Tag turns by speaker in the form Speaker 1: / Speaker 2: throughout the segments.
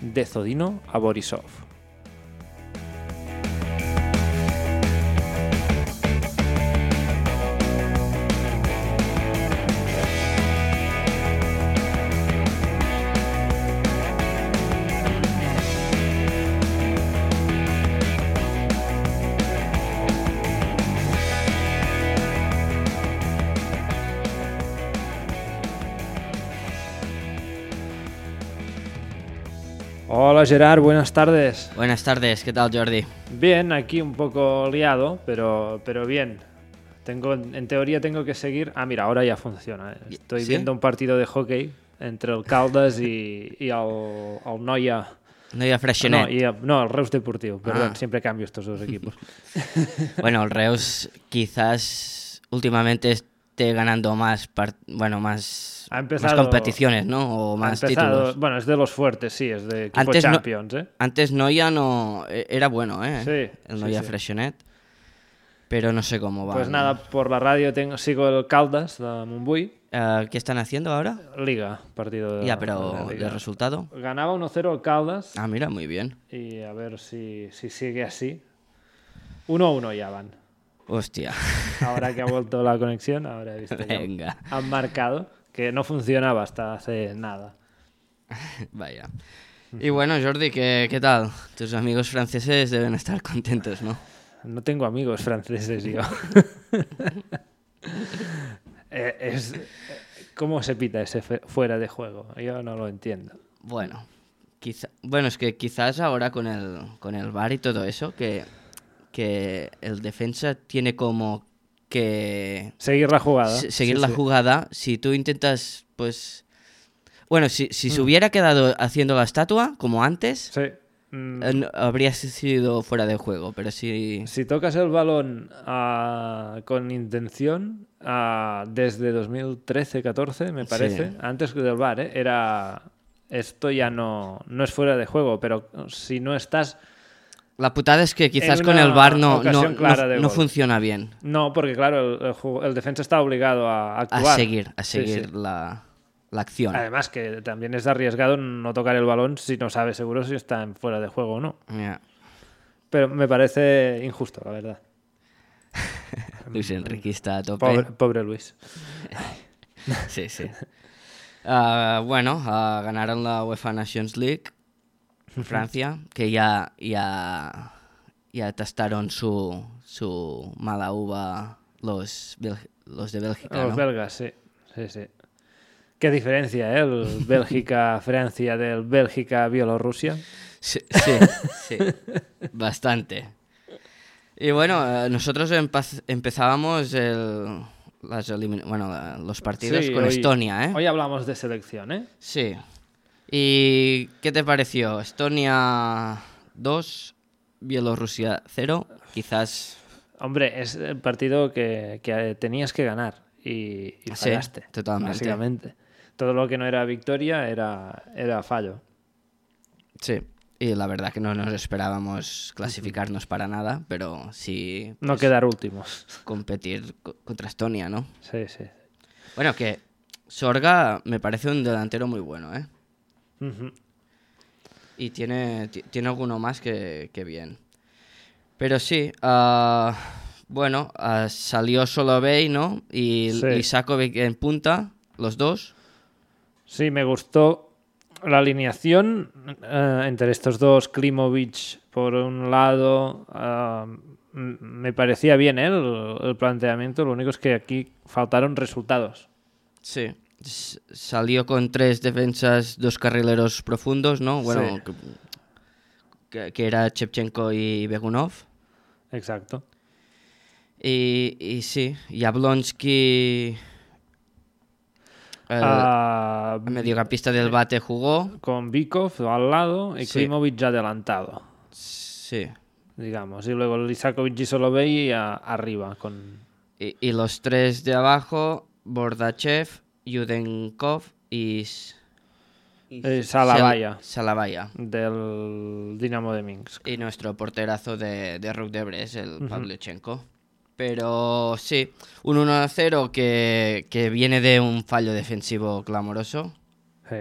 Speaker 1: de Zodino a Borisov. Hola Gerard, buenas tardes.
Speaker 2: Buenas tardes, ¿qué tal Jordi?
Speaker 1: Bien, aquí un poco liado, pero, pero bien. Tengo, en teoría tengo que seguir. Ah, mira, ahora ya funciona. eh. Estoy
Speaker 2: ¿Sí?
Speaker 1: viendo un partido de hockey entre el Caldas y, y el, el Noia.
Speaker 2: No ¿eh? hi ha
Speaker 1: No,
Speaker 2: Freixenet.
Speaker 1: i el, no, el Reus Deportiu. Perdón,
Speaker 2: Ah.
Speaker 1: siempre cambio estos dos equipos.
Speaker 2: Bueno, el Reus quizás últimamente esté ganando más, par- bueno, más,
Speaker 1: Ha
Speaker 2: más
Speaker 1: empezado-
Speaker 2: competiciones, ¿no? O más
Speaker 1: Ha empezado-
Speaker 2: títulos.
Speaker 1: Bueno, es de los fuertes, sí, es de equipo
Speaker 2: Antes no-
Speaker 1: Champions, ¿eh?
Speaker 2: Antes Noia no e- era bueno, ¿eh?
Speaker 1: Sí,
Speaker 2: el
Speaker 1: sí,
Speaker 2: Noia
Speaker 1: sí.
Speaker 2: Freixenet. Pero no sé cómo va.
Speaker 1: Pues nada, por la radio tengo, sigo el Caldas de Montbui.
Speaker 2: Eh, ¿Qué están haciendo ahora?
Speaker 1: Liga, partido de
Speaker 2: ya,
Speaker 1: de
Speaker 2: pero
Speaker 1: la
Speaker 2: el
Speaker 1: Liga.
Speaker 2: resultado.
Speaker 1: Ganaba 1-0 el Caldas.
Speaker 2: Ah, mira, muy bien.
Speaker 1: Y a ver si, si sigue así. 1-1 ya van.
Speaker 2: Hostia.
Speaker 1: Ahora que ha vuelto la conexión, ahora he visto que
Speaker 2: Venga.
Speaker 1: han marcado que no funcionaba hasta hace nada.
Speaker 2: Vaya. Y bueno, Jordi, ¿qué, ¿qué tal? Tus amigos franceses deben estar contentos, ¿no?
Speaker 1: No tengo amigos franceses yo. Eh, es, eh, ¿Cómo se pita ese fe- fuera de juego? Yo no lo entiendo.
Speaker 2: Bueno, quizá, bueno, es que quizás ahora con el, con el VAR y todo eso, que, que el defensa tiene como que
Speaker 1: Seguir la jugada.
Speaker 2: se- seguir
Speaker 1: Sí,
Speaker 2: la
Speaker 1: sí.
Speaker 2: jugada. Si tú intentas, pues... Bueno, si, si se hubiera quedado haciendo la estatua, como antes,
Speaker 1: Mm. Sí. Mm,
Speaker 2: eh, no- habría sido fuera de juego, pero si...
Speaker 1: Si tocas el balón ah, con intención, ah, desde 2013-14, me
Speaker 2: Sí.
Speaker 1: parece, antes del VAR, ¿eh? era. Esto ya no, no es fuera de juego, pero si no estás.
Speaker 2: La putada es que quizás con
Speaker 1: una
Speaker 2: el VAR no, no,
Speaker 1: ocasión
Speaker 2: no-
Speaker 1: clara de
Speaker 2: no
Speaker 1: gol.
Speaker 2: funciona bien.
Speaker 1: No, porque claro, el, el ju- el defensa está obligado a
Speaker 2: A
Speaker 1: actuar.
Speaker 2: seguir, a
Speaker 1: Sí, sí.
Speaker 2: seguir la, la acción.
Speaker 1: Además, que también es arriesgado no tocar el balón si no sabes seguro si está en fuera de juego o no.
Speaker 2: Ya.
Speaker 1: Pero me parece injusto, la verdad.
Speaker 2: Luis Enrique está a tope.
Speaker 1: Pobre, pobre Luis.
Speaker 2: Sí, sí. Ah, bueno, ah, ganaron la UEFA Nations League Francia, que ya, ya, ya tastaron su, su mala uva los, bel- los de Bélgica,
Speaker 1: Los
Speaker 2: ¿no?
Speaker 1: belgas, sí. sí, sí. Qué diferencia, ¿eh? El Bélgica-Francia del Bélgica-Bielorrusia.
Speaker 2: Sí, sí, sí, bastante. Y bueno, eh, nosotros empa- empezábamos el- las elimina- bueno, la- los partidos
Speaker 1: Sí,
Speaker 2: con
Speaker 1: hoy-
Speaker 2: Estonia, ¿eh?
Speaker 1: Hoy hablamos de selección, ¿eh?
Speaker 2: Sí. ¿Y qué te pareció? Estonia 2, Bielorrusia 0. Quizás
Speaker 1: Hombre, es el partido que, que tenías que ganar y, y
Speaker 2: Sí,
Speaker 1: fallaste.
Speaker 2: totalmente.
Speaker 1: Básicamente. Todo lo que no era victoria era, era fallo.
Speaker 2: sí. Y la verdad que no nos esperábamos clasificarnos para nada, pero sí
Speaker 1: No quedar últimos.
Speaker 2: competir co- contra Estonia, ¿no?
Speaker 1: Sí, sí.
Speaker 2: Bueno, que Sorga me parece un delantero muy bueno, ¿eh?
Speaker 1: Ujú.
Speaker 2: Y tiene, ti- tiene alguno más que, que bien. Pero sí, ah, bueno, ah, salió Solovey, ¿no? Y
Speaker 1: Sí.
Speaker 2: Lisakovic en punta, los dos.
Speaker 1: Sí, me gustó la alineación eh, entre estos dos, Klimovic por un lado. ah, m- me parecía bien ¿eh? el, el planteamiento, lo único es que aquí faltaron resultados.
Speaker 2: Sí. Salió con tres defensas, dos carrileros profundos, ¿no? Bueno,
Speaker 1: Sí.
Speaker 2: que- que, que era Chepchenko y Begunov.
Speaker 1: Exacto.
Speaker 2: Y, y sí, Yablonsky, el
Speaker 1: Ah,
Speaker 2: mediocampista del bate, jugó.
Speaker 1: con Bikov al lado y
Speaker 2: Sí.
Speaker 1: Klimovic adelantado,
Speaker 2: Sí. isakovic
Speaker 1: digamos. Y luego Lisakovic y Solovey a- arriba. Con...
Speaker 2: Y, y los tres de abajo, Bordachev, Yudenkov y... S-
Speaker 1: Eh, Salavaya.
Speaker 2: Sal- Salavaya.
Speaker 1: del Dinamo de Minsk.
Speaker 2: Y nuestro porterazo de, de Rook de Brest, el Pavlyuchenko. Pero sí, un 1-0 que, que viene de un fallo defensivo clamoroso.
Speaker 1: Sí.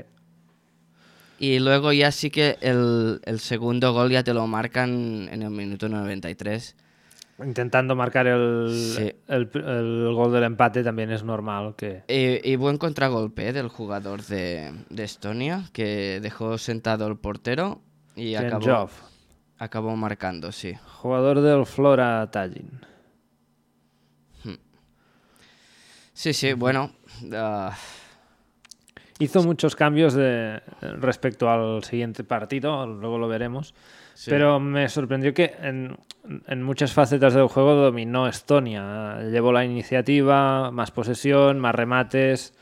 Speaker 2: Y luego ya sí que el, el segundo gol ya te lo marcan en el minuto 93.
Speaker 1: Intentando marcar el,
Speaker 2: Sí.
Speaker 1: el- el gol del empate también es normal que...
Speaker 2: Y, y buen contragolpe eh, del jugador de, de Estonia, que dejó sentado el portero y acabó,
Speaker 1: Tenjov,
Speaker 2: acabó marcando, sí.
Speaker 1: jugador del Flora Tallinn.
Speaker 2: Sí, sí, bueno. ah,
Speaker 1: Hizo muchos cambios de, respecto al siguiente partido, luego lo veremos.
Speaker 2: sí.
Speaker 1: Pero me sorprendió que en, en muchas facetas del juego dominó Estonia. Llevó la iniciativa, más posesión, más remates.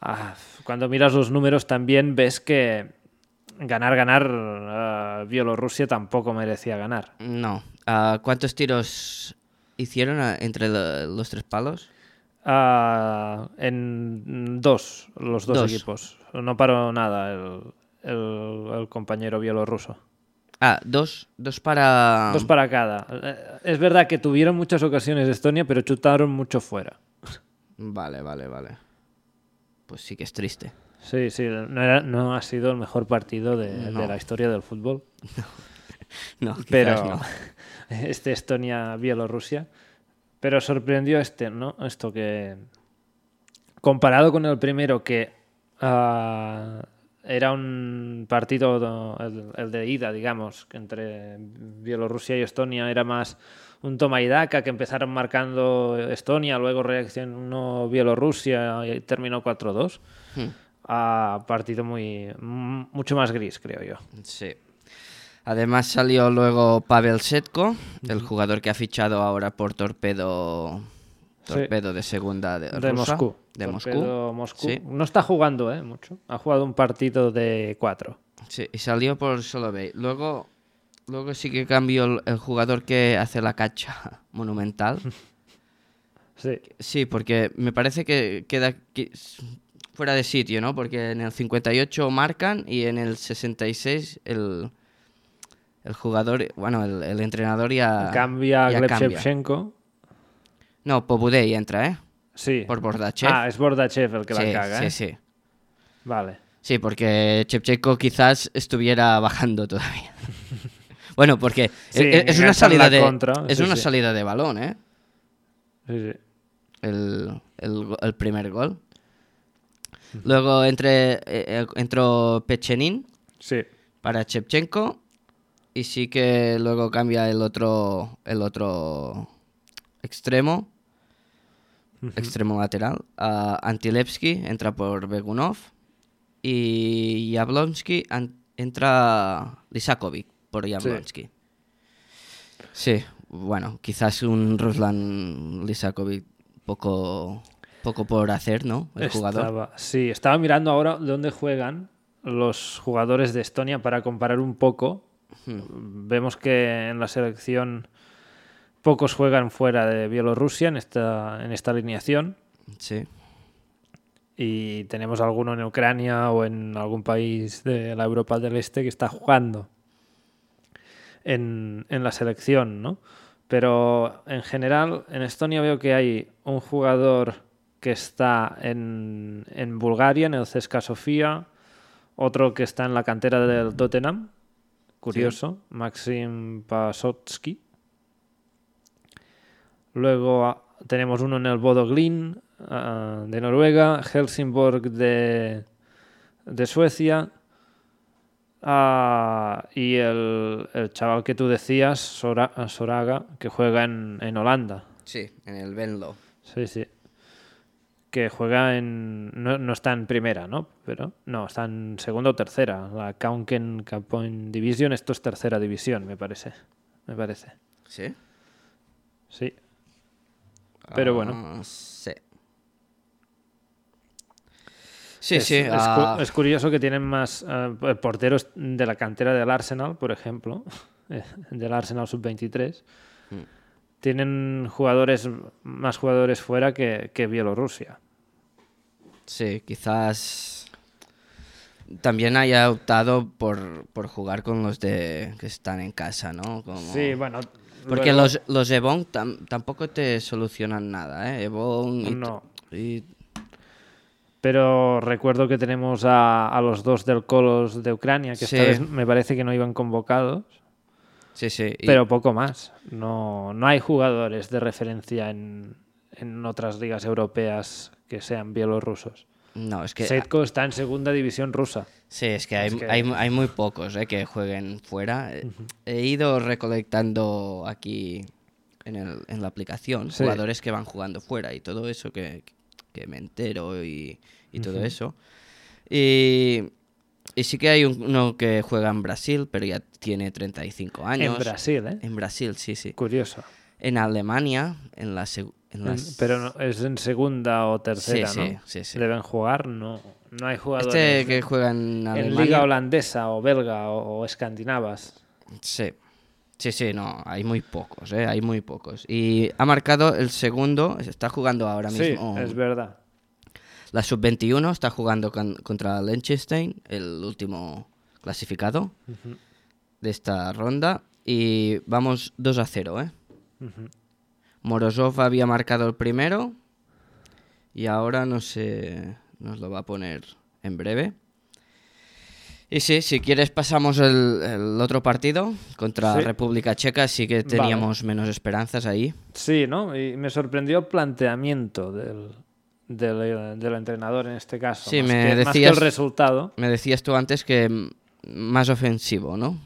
Speaker 1: Ah, cuando miras los números también ves que ganar, ganar, eh, Bielorrusia tampoco merecía ganar.
Speaker 2: No. Ah, ¿Cuántos tiros hicieron ah, entre lo- los tres palos?
Speaker 1: Ah, en dos, los dos,
Speaker 2: Dos.
Speaker 1: equipos. No paró nada el, el- el compañero bielorruso.
Speaker 2: Ah, dos, dos para...
Speaker 1: Dos para cada. Eh, Es verdad que tuvieron muchas ocasiones Estonia, pero chutaron mucho fuera.
Speaker 2: Vale, vale, vale. Pues sí que es triste.
Speaker 1: Sí, sí, no, era- no ha sido el mejor partido de, de
Speaker 2: No.
Speaker 1: la historia del fútbol,
Speaker 2: No, quizás
Speaker 1: pero
Speaker 2: no.
Speaker 1: este Estonia-Bielorrusia. Pero sorprendió este, ¿no? Esto que, comparado con el primero, que ah, era un partido, do- el, el de ida, digamos, que entre Bielorrusia y Estonia era más un toma y daca, que empezaron marcando Estonia, luego reaccionó Bielorrusia y terminó 4-2.
Speaker 2: Hmm.
Speaker 1: a partido muy m- mucho más gris, creo yo.
Speaker 2: Sí. Además salió luego Pavel Setko, el jugador que ha fichado ahora por Torpedo
Speaker 1: Sí.
Speaker 2: Torpedo de segunda de,
Speaker 1: De
Speaker 2: rusa,
Speaker 1: Moscú.
Speaker 2: De
Speaker 1: Torpedo
Speaker 2: Moscú.
Speaker 1: Moscú.
Speaker 2: Sí.
Speaker 1: No está jugando, ¿eh? Mucho. Ha jugado un partido de cuatro.
Speaker 2: Sí, y salió por Solovey. Luego, luego sí que cambió el, el jugador que hace la cacha monumental.
Speaker 1: Sí.
Speaker 2: Sí, porque me parece que queda qui- fuera de sitio, ¿no? Porque en el 58 marcan y en el 66 el, el jugador, bueno, el, el entrenador ya...
Speaker 1: Cambia
Speaker 2: Ah, ya
Speaker 1: Glebshevchenko.
Speaker 2: No, Pobudey entra, ¿eh?
Speaker 1: Sí.
Speaker 2: Por Bordachev.
Speaker 1: Ah, es Bordachev el que
Speaker 2: sí,
Speaker 1: la caga,
Speaker 2: sí,
Speaker 1: ¿eh?
Speaker 2: sí.
Speaker 1: Vale.
Speaker 2: Sí, porque Chepcheco quizás estuviera bajando todavía. bueno, porque
Speaker 1: Sí,
Speaker 2: es, es una
Speaker 1: enganchan la
Speaker 2: salida de
Speaker 1: contra,
Speaker 2: es
Speaker 1: sí,
Speaker 2: una
Speaker 1: sí.
Speaker 2: salida de balón, ¿eh?
Speaker 1: Sí, sí.
Speaker 2: el, el go- el primer gol. Luego entre, eh, eh, entró Pechenin
Speaker 1: Sí.
Speaker 2: para Chepchenko y sí que luego cambia el otro, el otro extremo, extremo lateral. a Antilevsky entra por Begunov y Jablonski an- entra Lisakovic por Jablonski. Sí. bueno, quizás un Ruslan Lisakovic poco, poco por hacer, ¿no? El jugador.
Speaker 1: Estaba- sí, estaba mirando ahora dónde juegan los jugadores de Estonia para comparar un poco.
Speaker 2: Hmm.
Speaker 1: Vemos que en la selección pocos juegan fuera de Bielorrusia en esta, en esta alineación.
Speaker 2: Sí.
Speaker 1: y tenemos alguno en Ucrania o en algún país de la Europa del Este que está jugando en, en la selección, ¿no? Pero en general, en Estonia veo que hay un jugador que está en, en Bulgaria, en el CSKA Sofía, otro que está en la cantera del Tottenham, curioso, Maxim Pasotsky. Luego ah, tenemos uno en el Bodo Glin ah, de Noruega, Helsingborg de, de Suecia ah, y el, el chaval que tú decías, Sora- Soraga, que juega en, en Holanda.
Speaker 2: Sí, en el Venlo.
Speaker 1: Sí, sí. Que juega en. No, no está en primera, ¿no? Pero. No, está en segunda o tercera. La Kaunken Kapoin Division, esto es tercera división, me parece. Me parece.
Speaker 2: Sí.
Speaker 1: Sí. Pero bueno.
Speaker 2: Ah, Sí. Sí,
Speaker 1: es,
Speaker 2: sí.
Speaker 1: es cu-
Speaker 2: ah,
Speaker 1: es curioso que tienen más eh, el portero es de la cantera del Arsenal, por ejemplo, eh, del Arsenal sub-23.
Speaker 2: Mm.
Speaker 1: Tienen jugadores, más jugadores fuera que, que Bielorrusia.
Speaker 2: sí, quizás también haya optado por, por jugar con los de que están en casa, ¿no? Como-
Speaker 1: Sí, bueno.
Speaker 2: Porque
Speaker 1: luego-
Speaker 2: los, los Ebon tam- tampoco te solucionan nada, ¿eh? Ebon y,
Speaker 1: No.
Speaker 2: y-
Speaker 1: Pero recuerdo que tenemos a, a los dos del Colos de Ucrania, que
Speaker 2: Sí.
Speaker 1: esta vez me parece que no iban convocados,
Speaker 2: Sí, sí. y-
Speaker 1: pero poco más. No, no hay jugadores de referencia en, en otras ligas europeas que sean bielorrusos.
Speaker 2: No, es que,
Speaker 1: Setko está en segunda división rusa.
Speaker 2: sí, es que, hay,
Speaker 1: que-
Speaker 2: hay- hay muy pocos eh, que jueguen fuera. Eh, He ido recolectando aquí en, el- en la aplicación
Speaker 1: Sí.
Speaker 2: jugadores que van jugando fuera y todo eso que, que me entero y, y todo eso. Y, y sí que hay un- uno que juega en Brasil, pero ya tiene 35 años.
Speaker 1: En Brasil, ¿eh?
Speaker 2: En Brasil, sí, sí.
Speaker 1: Curioso.
Speaker 2: En Alemania, en la, seg- en la
Speaker 1: En- Pero no- es en segunda o tercera,
Speaker 2: Sí, sí,
Speaker 1: ¿no?
Speaker 2: sí, sí.
Speaker 1: Deben jugar, no, no hay jugadores.
Speaker 2: Este que juega en Alemania.
Speaker 1: en liga holandesa o belga o, o escandinavas.
Speaker 2: Sí. Sí, sí, no, hay muy pocos, ¿eh? Hay muy pocos. Y ha marcado el segundo, está jugando ahora
Speaker 1: Sí,
Speaker 2: mismo.
Speaker 1: es verdad.
Speaker 2: La sub-21 está jugando con- contra Liechtenstein, el último clasificado de esta ronda. Y vamos 2 a 0, ¿eh? Morozov había marcado el primero y ahora no sé, nos lo va a poner en breve. Y sí, si quieres pasamos el, el otro partido contra
Speaker 1: Sí.
Speaker 2: República Checa, sí que
Speaker 1: Vale.
Speaker 2: teníamos menos esperanzas ahí.
Speaker 1: Sí, ¿no? Y me sorprendió el planteamiento del, del, del entrenador en este caso.
Speaker 2: Sí,
Speaker 1: más
Speaker 2: me
Speaker 1: que, más que
Speaker 2: decías-
Speaker 1: el resultado.
Speaker 2: Me decías tú antes que mm, más ofensivo, ¿no?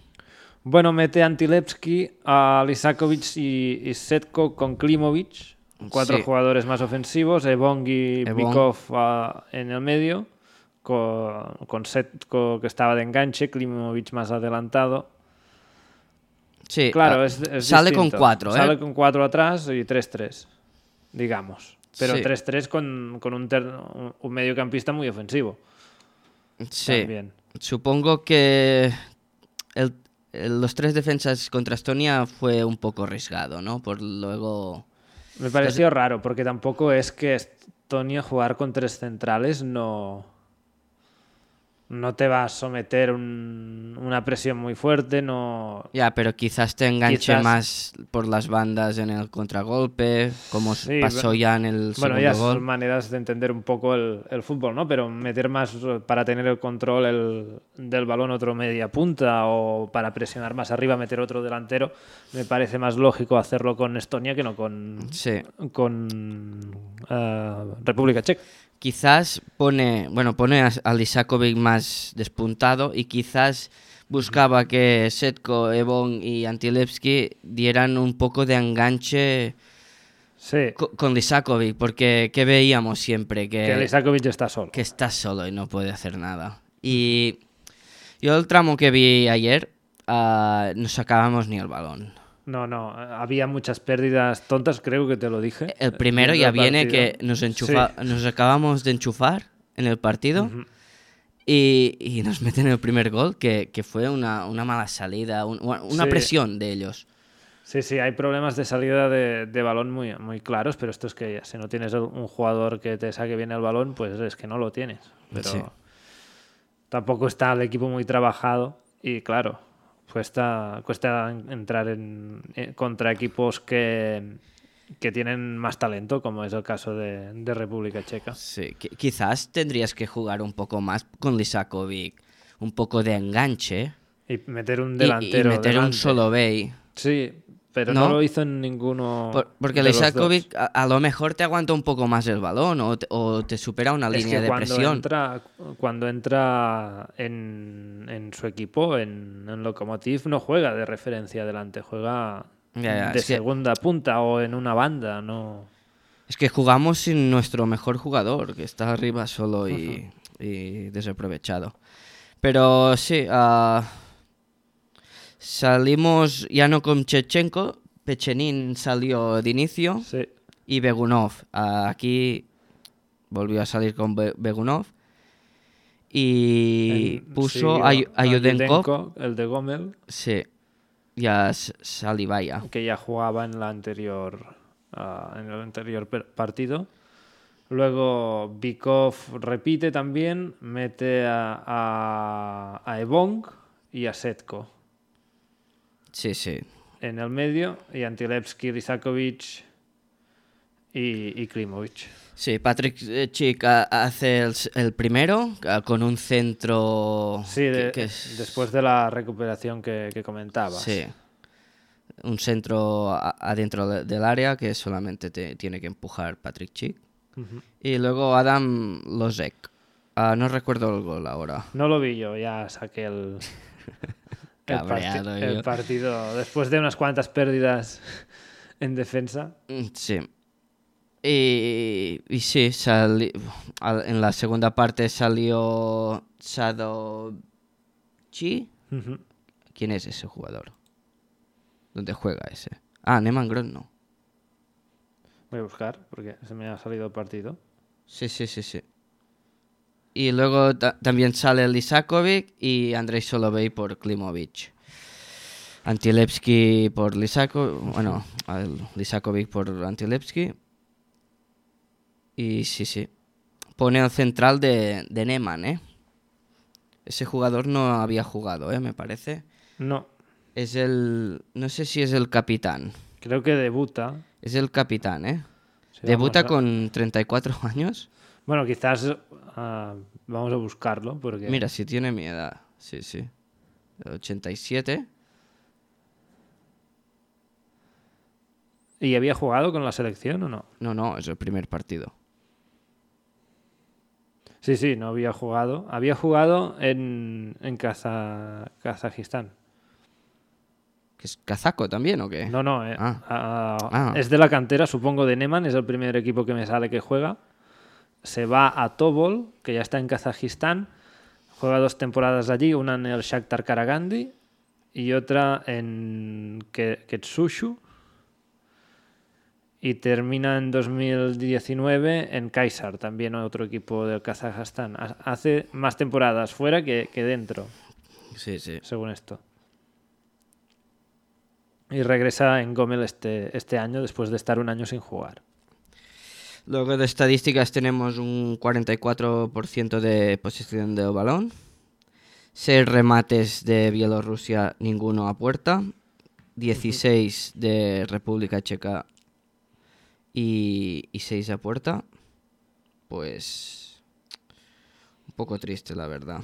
Speaker 1: Bueno, mete a Antilevski, a Lisakovic y, y Setko con Klimovic. Cuatro
Speaker 2: Sí.
Speaker 1: jugadores más ofensivos. Ebong y
Speaker 2: Ebong.
Speaker 1: Bikov ah, en el medio. Con, con Setko que estaba de enganche, Klimovic más adelantado.
Speaker 2: Sí,
Speaker 1: Claro,
Speaker 2: ah,
Speaker 1: es, es
Speaker 2: sale
Speaker 1: distinto.
Speaker 2: con cuatro, ¿eh?
Speaker 1: Sale con cuatro atrás y 3-3, digamos. Pero
Speaker 2: Sí.
Speaker 1: 3-3 con, con un, ter- un- un mediocampista muy ofensivo.
Speaker 2: sí.
Speaker 1: También.
Speaker 2: Supongo que el- el- los tres defensas contra Estonia fue un poco arriesgado, ¿no? Por luego.
Speaker 1: Me pareció raro, porque tampoco es que Estonia jugar con tres centrales no, no te va a someter un- una presión muy fuerte, no...
Speaker 2: Ya, pero quizás te enganche
Speaker 1: Quizás.
Speaker 2: más por las bandas en el contragolpe, como s-
Speaker 1: Sí,
Speaker 2: pasó
Speaker 1: bueno.
Speaker 2: ya en el segundo
Speaker 1: Bueno, ya son
Speaker 2: gol.
Speaker 1: maneras de entender un poco el, el fútbol, ¿no? Pero meter más eh, para tener el control el- del balón otro media punta o para presionar más arriba, meter otro delantero, me parece más lógico hacerlo con Estonia que no con,
Speaker 2: Sí.
Speaker 1: con eh, República Checa.
Speaker 2: Quizás pone, bueno, pone a, a Lisakovic más despuntado y quizás buscaba que Setko, Ebon y Antilevski dieran un poco de enganche
Speaker 1: Sí,
Speaker 2: co- con Lisakovic, porque ¿qué veíamos siempre?
Speaker 1: que Lisakovic está solo.
Speaker 2: que está solo y no puede hacer nada. Y yo el tramo que vi ayer ah, no sacábamos ni el balón.
Speaker 1: No, no, eh, había muchas pérdidas tontas, creo que te lo dije.
Speaker 2: El primero
Speaker 1: eh,
Speaker 2: ya
Speaker 1: del
Speaker 2: viene
Speaker 1: partido.
Speaker 2: que nos, enchufa, nos acabamos de enchufar en el partido y, y nos meten el primer gol, que, que fue una, una mala salida, un- una
Speaker 1: Sí.
Speaker 2: presión de ellos.
Speaker 1: Sí, sí, hay problemas de salida de, de balón muy, muy claros, pero esto es que ya, si no tienes el- un jugador que te saque bien el balón, pues es que no lo tienes. Pero
Speaker 2: Sí.
Speaker 1: tampoco está el equipo muy trabajado y claro, cuesta, cuesta en- entrar en, eh, contra equipos que, que tienen más talento, como es el caso de, de República Checa.
Speaker 2: Sí, qui- quizás tendrías que jugar un poco más con Lisakovic, un poco de enganche
Speaker 1: Y meter un
Speaker 2: y- y,
Speaker 1: delantero.
Speaker 2: meter un
Speaker 1: delante.
Speaker 2: solo bay.
Speaker 1: Sí, pero no,
Speaker 2: ¿No?
Speaker 1: lo hizo en ninguno.
Speaker 2: Por- porque
Speaker 1: de los dos.
Speaker 2: Lisakovic a, a lo mejor te aguanta un poco más el balón o te, o te supera una
Speaker 1: Es
Speaker 2: línea
Speaker 1: que
Speaker 2: de
Speaker 1: cuando
Speaker 2: presión.
Speaker 1: entra, cuando entra en, en su equipo, en, en Lokomotiv, no juega de referencia delante, juega
Speaker 2: Ya, ya,
Speaker 1: de
Speaker 2: es que-
Speaker 1: segunda punta o en una banda, no.
Speaker 2: Es que jugamos sin nuestro mejor jugador, que está arriba solo y, y desaprovechado. Pero sí, ah, salimos ya no con Chechenko, Pechenin salió de inicio
Speaker 1: Sí.
Speaker 2: y Begunov. Ah, aquí volvió a salir con Be- Begunov. Y
Speaker 1: En-
Speaker 2: puso
Speaker 1: sí,
Speaker 2: a, Yu- a
Speaker 1: a
Speaker 2: Yudenko
Speaker 1: Yudenko, el de Gomel,
Speaker 2: Sí. Ya s- Salivaya.
Speaker 1: que ya jugaba en la anterior ah, en el anterior per- partido. Luego Bikov repite también, mete a, a, a Ebong y a Setko.
Speaker 2: Sí, sí.
Speaker 1: en el medio y Antilevski, Lisakovic, y, y Klimovic.
Speaker 2: Sí, Patrick eh, Chick ah, hace el, s- el primero ah, con un centro.
Speaker 1: Sí, de-
Speaker 2: es-
Speaker 1: después de la recuperación que, que comentabas.
Speaker 2: Sí. Un centro a- adentro de- del área que solamente te- tiene que empujar Patrick Chick. Y luego Adam Lozek. Ah, no recuerdo el gol ahora.
Speaker 1: No lo vi yo, ya saqué el, el, parti-
Speaker 2: Cabreado,
Speaker 1: el
Speaker 2: yo.
Speaker 1: partido. Después de unas cuantas pérdidas en defensa.
Speaker 2: Mm, Sí. Y, y sí, sali- al- en la segunda parte salió Sado Chi.
Speaker 1: Ujú.
Speaker 2: ¿Quién es ese jugador? ¿Dónde juega ese? Ah, Neman Grodno.
Speaker 1: Voy a buscar porque se me ha salido el partido.
Speaker 2: Sí, sí, sí, sí. Y luego ta- también sale Lisakovic y Andrei Solovey por Klimovic. Antilevski por Lisakovic. Bueno, al- Lisakovic por Antilevski. Y sí, sí. Pone el central de, de Neman, ¿eh? Ese jugador no había jugado, ¿eh? Me parece.
Speaker 1: No,
Speaker 2: Es el. No sé si es el capitán.
Speaker 1: creo que debuta.
Speaker 2: Es el capitán, ¿eh?
Speaker 1: Sí,
Speaker 2: Debuta
Speaker 1: vamos
Speaker 2: con 34 años.
Speaker 1: a- Bueno, quizás ah, vamos a buscarlo porque...
Speaker 2: Mira, si tiene mi edad. Sí, sí. 87.
Speaker 1: ¿Y había jugado con la selección o no?
Speaker 2: No, no, es el primer partido.
Speaker 1: Sí, sí, no había jugado. Había jugado en, en Kaza- Kazajistán.
Speaker 2: ¿Que es kazaco también o qué?
Speaker 1: No, no, eh,
Speaker 2: Ah.
Speaker 1: ah,
Speaker 2: Ah.
Speaker 1: es de la cantera, supongo, de Neman, es el primer equipo que me sale que juega. Se va a Tobol, que ya está en Kazajistán, juega dos temporadas allí, una en el Shakhtar Karagandhi y otra en Ke- Ketsushu. Y termina en 2019 en Kaysar, también otro equipo del Kazajistán. Ha- Hace más temporadas fuera que- que dentro
Speaker 2: Sí, sí.
Speaker 1: según esto. Y regresa en Gomel este, este año después de estar un año sin jugar.
Speaker 2: Luego de estadísticas tenemos un 44% de posesión de balón. Seis remates de Bielorrusia, ninguno a puerta. 16 de República Checa y, y 6 a puerta. Pues un poco triste, la verdad.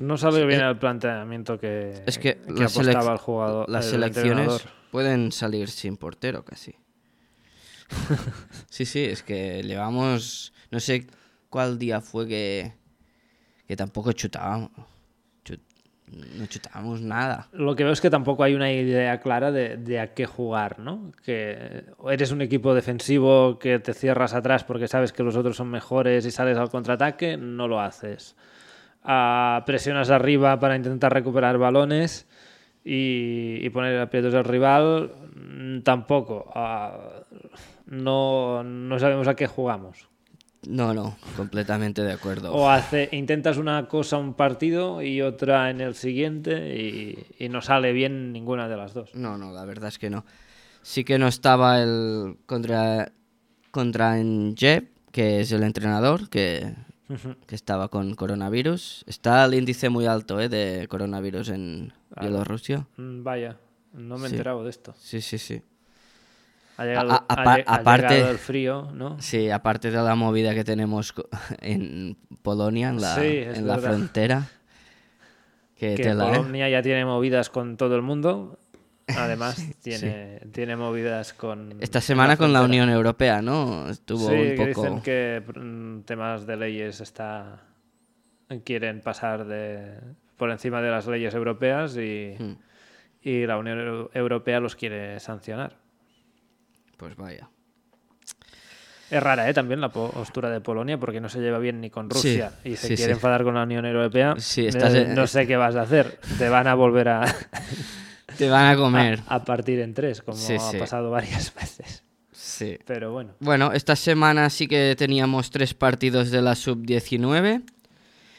Speaker 1: No sale bien el planteamiento que,
Speaker 2: Es que,
Speaker 1: que
Speaker 2: las selec-
Speaker 1: apostaba el jugador.
Speaker 2: las
Speaker 1: el
Speaker 2: selecciones
Speaker 1: entrenador.
Speaker 2: pueden salir sin portero casi. sí, sí, es que llevamos, no sé cuál día fue que, que tampoco chutábamos, chu- no chutábamos nada.
Speaker 1: Lo que veo es que tampoco hay una idea clara de, de a qué jugar, ¿no? Que eres un equipo defensivo que te cierras atrás porque sabes que los otros son mejores y sales al contraataque, no lo haces. Ah, presionas arriba para intentar recuperar balones y, y poner aprietos al rival, mm, tampoco. Ah, no, no sabemos a qué jugamos.
Speaker 2: No, no, completamente de acuerdo.
Speaker 1: O hace, intentas una cosa un partido y otra en el siguiente y- y no sale bien ninguna de las dos.
Speaker 2: No, no, la verdad es que no. Sí que no estaba el contra contra Jeb, que es el entrenador, que, que estaba con coronavirus. Está el índice muy alto ¿eh? de coronavirus en
Speaker 1: Ah.
Speaker 2: Bielorrusia.
Speaker 1: Mm, Vaya, no me he
Speaker 2: Sí.
Speaker 1: enterado de esto.
Speaker 2: Sí, sí, sí.
Speaker 1: Ha llegado,
Speaker 2: a-
Speaker 1: ha
Speaker 2: apar-
Speaker 1: lle- ha
Speaker 2: aparte-
Speaker 1: llegado el frío, ¿no?
Speaker 2: Sí, aparte de la movida que tenemos co- en Polonia, en la,
Speaker 1: Sí, es
Speaker 2: en la
Speaker 1: verdad.
Speaker 2: frontera. Que
Speaker 1: Que
Speaker 2: tela, ¿eh?
Speaker 1: Polonia ya tiene movidas con todo el mundo. Además, tiene, tiene movidas con.
Speaker 2: Esta semana con la Unión Europea, ¿no? Estuvo
Speaker 1: Sí,
Speaker 2: un
Speaker 1: que
Speaker 2: poco...
Speaker 1: dicen que mm, temas de leyes está quieren pasar de por encima de las leyes europeas y,
Speaker 2: Hmm. Mm,
Speaker 1: y la Unión Eu- Europea los quiere sancionar.
Speaker 2: Pues vaya.
Speaker 1: Es rara, ¿eh? También la po- postura de Polonia porque no se lleva bien ni con
Speaker 2: Sí,
Speaker 1: Rusia y se
Speaker 2: sí,
Speaker 1: quiere
Speaker 2: sí.
Speaker 1: enfadar con la Unión Europea.
Speaker 2: Sí, estás,
Speaker 1: Eh,
Speaker 2: eh,
Speaker 1: no sé qué vas a hacer. Te van a volver a,
Speaker 2: Te van a comer.
Speaker 1: a partir en tres, como
Speaker 2: Sí,
Speaker 1: ha
Speaker 2: sí.
Speaker 1: pasado varias veces.
Speaker 2: Sí.
Speaker 1: Pero bueno,
Speaker 2: Bueno, esta semana sí que teníamos tres partidos de la sub-19.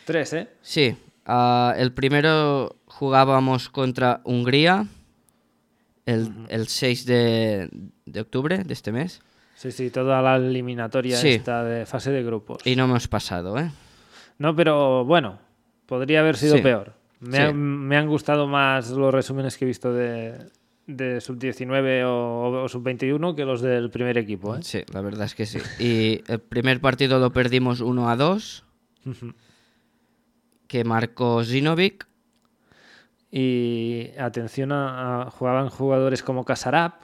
Speaker 1: tres, ¿eh?
Speaker 2: Sí, ah, el primero jugábamos contra Hungría el, el 6 de, de octubre de este mes
Speaker 1: Sí, sí, toda la eliminatoria
Speaker 2: Sí.
Speaker 1: esta de fase de grupos.
Speaker 2: y no hemos pasado, ¿eh?
Speaker 1: No, pero bueno, podría haber sido
Speaker 2: Sí.
Speaker 1: peor. Me,
Speaker 2: Sí.
Speaker 1: han, me han gustado más los resúmenes que he visto de, de sub-19 o, o sub-21 que los del primer equipo. ¿eh?
Speaker 2: Sí, la verdad es que sí. Y el primer partido lo perdimos 1 a 2, que marcó Zinovic.
Speaker 1: Y atención, a, a- jugaban jugadores como Casarap,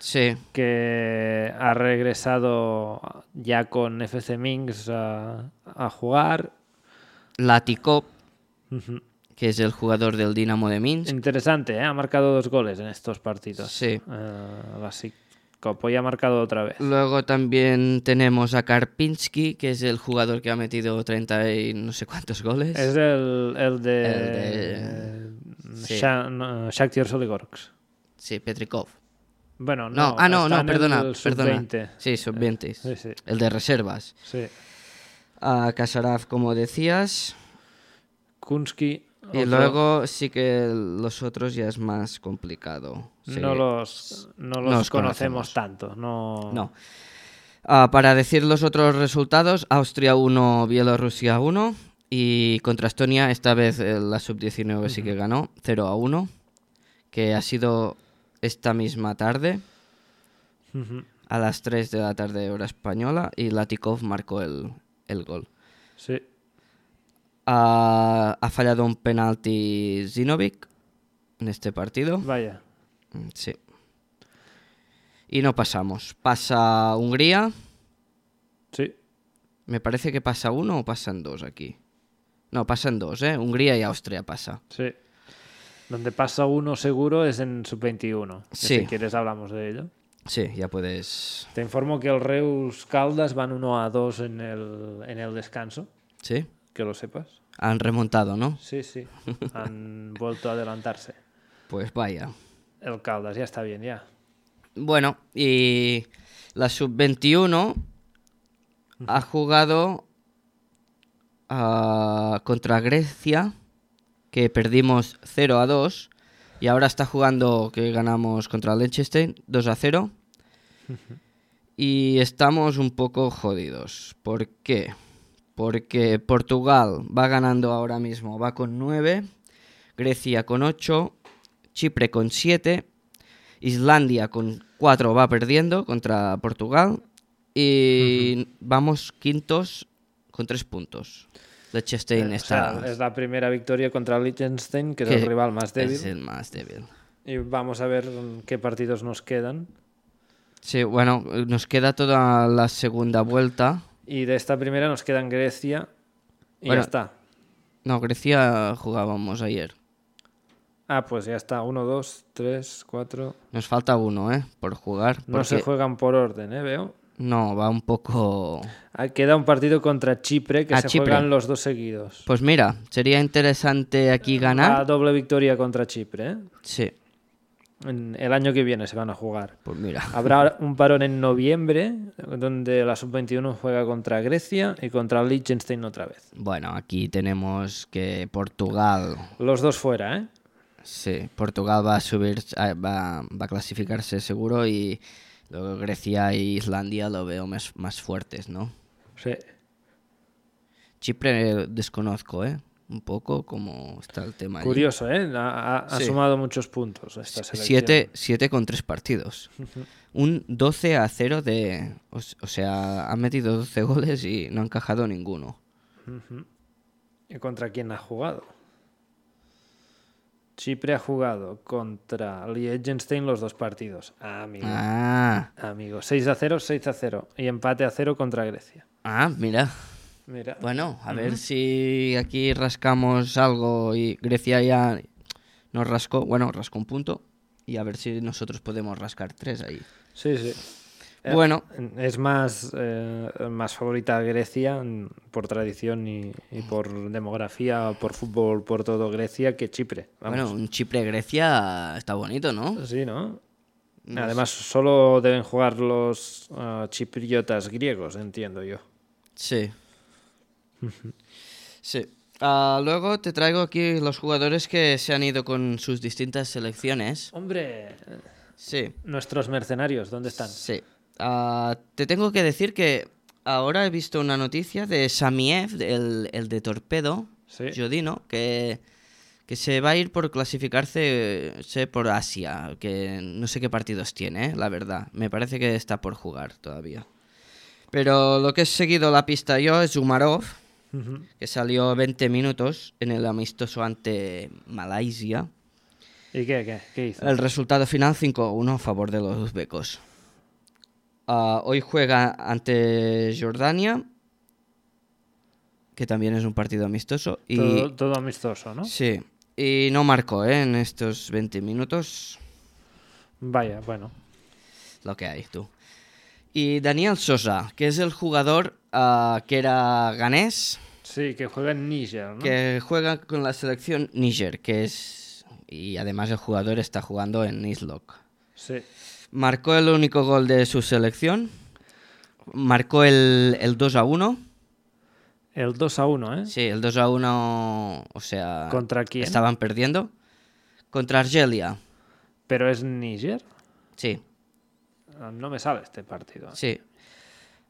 Speaker 2: Sí,
Speaker 1: que ha regresado ya con FC Minx a, a jugar.
Speaker 2: Latikov, que es el jugador del Dinamo de Minsk.
Speaker 1: Interesante, ¿eh? ha marcado dos goles en estos partidos.
Speaker 2: Sí.
Speaker 1: Eh, Basik Copo y ha marcado otra vez.
Speaker 2: Luego también tenemos a Karpinski, que es el jugador que ha metido 30 y no sé cuántos goles.
Speaker 1: Es el, el de,
Speaker 2: El de-
Speaker 1: eh,
Speaker 2: sí.
Speaker 1: Sha- no, Shakhtar Soligorsk.
Speaker 2: Sí, Petrikov.
Speaker 1: Bueno, no.
Speaker 2: No, ah, no,
Speaker 1: está
Speaker 2: no,
Speaker 1: en
Speaker 2: perdona,
Speaker 1: el
Speaker 2: perdona.
Speaker 1: sub-20.
Speaker 2: Sí, sub-20.
Speaker 1: Sí, sí,
Speaker 2: El de reservas.
Speaker 1: sí.
Speaker 2: A Kasarov, como decías.
Speaker 1: Kunsky.
Speaker 2: Y
Speaker 1: otro-
Speaker 2: luego sí que los otros ya es más complicado. Sí.
Speaker 1: No los, no los
Speaker 2: Nos
Speaker 1: conocemos,
Speaker 2: conocemos.
Speaker 1: tanto. No.
Speaker 2: No. Ah, para decir los otros resultados, Austria 1, Bielorrusia 1 y contra Estonia, esta vez eh, la sub-19 sí que ganó, 0 a 1, que ha sido esta misma tarde,
Speaker 1: Ujú.
Speaker 2: a las 3 de la tarde hora española, y Latikov marcó el, el gol.
Speaker 1: Sí.
Speaker 2: Ah, ha fallado un penalti Zinovic en este partido.
Speaker 1: Vaya.
Speaker 2: Mm, Sí. Y no pasamos. Pasa Hungría.
Speaker 1: Sí.
Speaker 2: Me parece que pasa uno o pasan dos aquí. No, pasan dos, ¿eh? Hungría y Austria pasa.
Speaker 1: Sí. Donde pasa uno seguro es en sub-21. que
Speaker 2: Sí.
Speaker 1: Si quieres hablamos de ello.
Speaker 2: Sí, ya puedes.
Speaker 1: Te informo que el Reus Caldas van 1 a 2 en el, en el descanso.
Speaker 2: Sí.
Speaker 1: Que lo sepas.
Speaker 2: Han remontado, ¿no?
Speaker 1: Sí, sí. Han vuelto a adelantarse.
Speaker 2: Pues vaya.
Speaker 1: El Caldas ya está bien, ya.
Speaker 2: Bueno, y la sub-21 ha jugado ah, contra Grecia, que perdimos 0 a 2, y ahora está jugando que ganamos contra Liechtenstein 2 a 0. Y estamos un poco jodidos. ¿Por qué? Porque Portugal va ganando ahora mismo, va con 9, Grecia con 8, Chipre con 7, Islandia con 4 va perdiendo contra Portugal y vamos quintos con 3 puntos. Liechtenstein
Speaker 1: Eh, o sea,
Speaker 2: está
Speaker 1: es la primera victoria contra Liechtenstein, que es el
Speaker 2: que
Speaker 1: rival más débil.
Speaker 2: Es el más débil.
Speaker 1: Y vamos a ver qué partidos nos quedan.
Speaker 2: Sí, bueno, nos queda toda la segunda vuelta.
Speaker 1: Y de esta primera nos quedan Grecia y
Speaker 2: Bueno.
Speaker 1: ya está.
Speaker 2: No, Grecia jugábamos ayer.
Speaker 1: Ah, pues ya está. Uno, dos, tres, cuatro.
Speaker 2: Nos falta uno, ¿eh? Por jugar.
Speaker 1: No se
Speaker 2: porque-
Speaker 1: juegan por orden, ¿eh? Veo.
Speaker 2: No, va un poco...
Speaker 1: Ah, Queda un partido contra Chipre que
Speaker 2: Ah,
Speaker 1: se
Speaker 2: Chipre.
Speaker 1: juegan los dos seguidos.
Speaker 2: Pues mira, sería interesante aquí
Speaker 1: La
Speaker 2: ganar.
Speaker 1: doble victoria contra Chipre, ¿eh?
Speaker 2: Sí,
Speaker 1: En- El año que viene se van a jugar.
Speaker 2: pues mira.
Speaker 1: Habrá un parón en noviembre donde la sub-21 juega contra Grecia y contra Liechtenstein otra vez.
Speaker 2: Bueno, aquí tenemos que Portugal...
Speaker 1: Los dos fuera, ¿eh?
Speaker 2: Sí, Portugal va a subir, ah, va, va a clasificarse seguro y luego Grecia e Islandia lo veo más, más fuertes, ¿no?
Speaker 1: Sí.
Speaker 2: Chipre eh, desconozco, ¿eh? Un poco cómo está el tema. allí.
Speaker 1: Curioso, ¿eh? Ha, ha- ha
Speaker 2: Sí.
Speaker 1: sumado muchos puntos esta selección.
Speaker 2: Siete, siete con tres partidos. Un 12 a 0 de... O, s- o sea, han metido 12 goles y no han encajado ninguno.
Speaker 1: ¿Y contra quién ha jugado? Chipre ha jugado contra Liechtenstein los dos partidos. Ah, amigo.
Speaker 2: Ah,
Speaker 1: Amigo. 6 a 0, 6 a 0. Y empate a 0 contra Grecia.
Speaker 2: ah mira.
Speaker 1: Mira.
Speaker 2: Bueno, a ver si aquí rascamos algo y Grecia ya nos rascó, bueno, rascó un punto y a ver si nosotros podemos rascar tres ahí.
Speaker 1: Sí, sí. Eh,
Speaker 2: Bueno,
Speaker 1: Es más, eh, más favorita Grecia mm, por tradición y, y por demografía, por fútbol, por todo Grecia que Chipre. Vamos.
Speaker 2: bueno, un Chipre-Grecia está bonito, ¿no?
Speaker 1: Sí, ¿no? Además, solo deben jugar los ah, chipriotas griegos, entiendo yo.
Speaker 2: Sí. Sí. Ah, luego te traigo aquí los jugadores que se han ido con sus distintas selecciones.
Speaker 1: Hombre,
Speaker 2: Sí.
Speaker 1: nuestros mercenarios, ¿dónde están?
Speaker 2: Sí. Ah, te tengo que decir que ahora he visto una noticia de Samiev, el, el de Torpedo,
Speaker 1: Sí.
Speaker 2: Jodino, que, que se va a ir por clasificarse sé, por Asia, que no sé qué partidos tiene, ¿eh? la verdad. Me parece que está por jugar todavía. Pero lo que he seguido la pista yo es Umarov,
Speaker 1: Uh -huh.
Speaker 2: que salió 20 minutos en el amistoso ante Malasia.
Speaker 1: ¿Y qué, qué, qué hizo?
Speaker 2: El resultado final 5-1 a favor de los uzbecos. Ah, hoy juega ante Jordania, que también es un partido amistoso. Y...
Speaker 1: Todo, todo amistoso, ¿no?
Speaker 2: Sí, y no marcó ¿eh? en estos 20 minutos
Speaker 1: Vaya, bueno.
Speaker 2: lo que hay tú. Y Daniel Sosa, que es el jugador ah, que era ganés,
Speaker 1: Sí, que juega en Níger, ¿no?
Speaker 2: que juega con la selección Níger, que es... Y además el jugador está jugando en Islok.
Speaker 1: Sí.
Speaker 2: Marcó el único gol de su selección. Marcó el, el 2 a 1.
Speaker 1: El 2 a 1, ¿eh?
Speaker 2: Sí, el 2 a 1, o sea,
Speaker 1: ¿Contra quién?
Speaker 2: estaban perdiendo. Contra Argelia,
Speaker 1: Pero es Níger.
Speaker 2: sí,
Speaker 1: No me sale este partido. ¿eh?
Speaker 2: sí.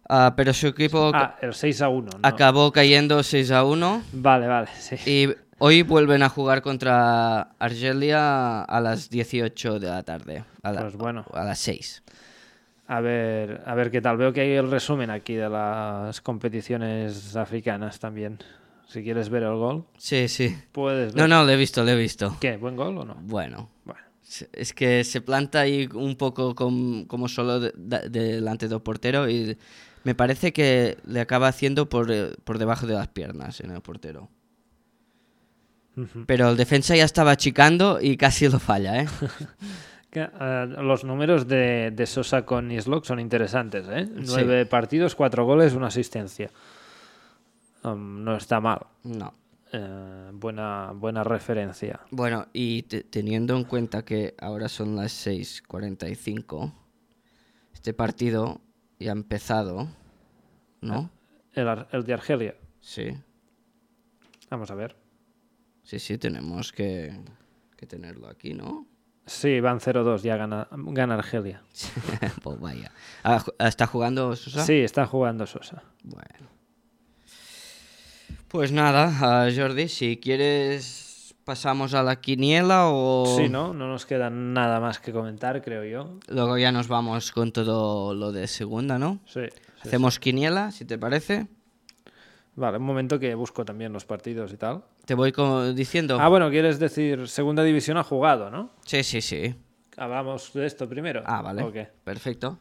Speaker 2: Ah, pero su equipo
Speaker 1: Ah, el 6 a 1. ¿no?
Speaker 2: acabó cayendo 6 a 1
Speaker 1: Vale, vale, sí.
Speaker 2: y hoy vuelven a jugar contra Argelia a las 18 de la tarde. A, la-
Speaker 1: Pues bueno.
Speaker 2: a las 6.
Speaker 1: A ver, a ver qué tal. Veo que hay el resumen aquí de las competiciones africanas también. Si quieres ver el gol,
Speaker 2: Sí, sí.
Speaker 1: puedes ver.
Speaker 2: No, no, lo he visto, lo he visto.
Speaker 1: ¿Qué? ¿Buen gol o no?
Speaker 2: Bueno.
Speaker 1: Bueno,
Speaker 2: Se- Es que se planta ahí un poco com- como solo de- da- delante del portero y me parece que le acaba haciendo por, eh, por debajo de las piernas en el portero.
Speaker 1: Ujú.
Speaker 2: Pero el defensa ya estaba achicando y casi lo falla, ¿eh?
Speaker 1: que, eh, los números de, de Sosa con Islok son interesantes, ¿eh? Nueve partidos, cuatro goles, una asistencia. Um, no está mal.
Speaker 2: No.
Speaker 1: Eh, buena, buena referencia.
Speaker 2: Bueno, y te- teniendo en cuenta que ahora son las 6:45, este partido ya ha empezado, ¿no?
Speaker 1: El, Ar- el de Argelia.
Speaker 2: Sí,
Speaker 1: Vamos a ver.
Speaker 2: sí, sí, tenemos que, que tenerlo aquí, ¿no?
Speaker 1: Sí, van 0-2, ya gana, gana Argelia.
Speaker 2: pues vaya. Ah, ju- ¿Está jugando Sosa?
Speaker 1: Sí, está jugando Sosa.
Speaker 2: Bueno. Pues nada, ah, Jordi, si quieres pasamos a la quiniela o
Speaker 1: Sí, ¿no? No nos queda nada más que comentar, creo yo.
Speaker 2: luego ya nos vamos con todo lo de segunda, ¿no?
Speaker 1: Sí. sí.
Speaker 2: Hacemos quiniela, si te parece.
Speaker 1: Vale, un momento que busco también los partidos y tal.
Speaker 2: Te voy co- diciendo.
Speaker 1: Ah, bueno, quieres decir, segunda división ha jugado, ¿no?
Speaker 2: Sí, sí, sí.
Speaker 1: Hablamos de esto primero.
Speaker 2: Ah, vale.
Speaker 1: ¿O qué?
Speaker 2: Perfecto.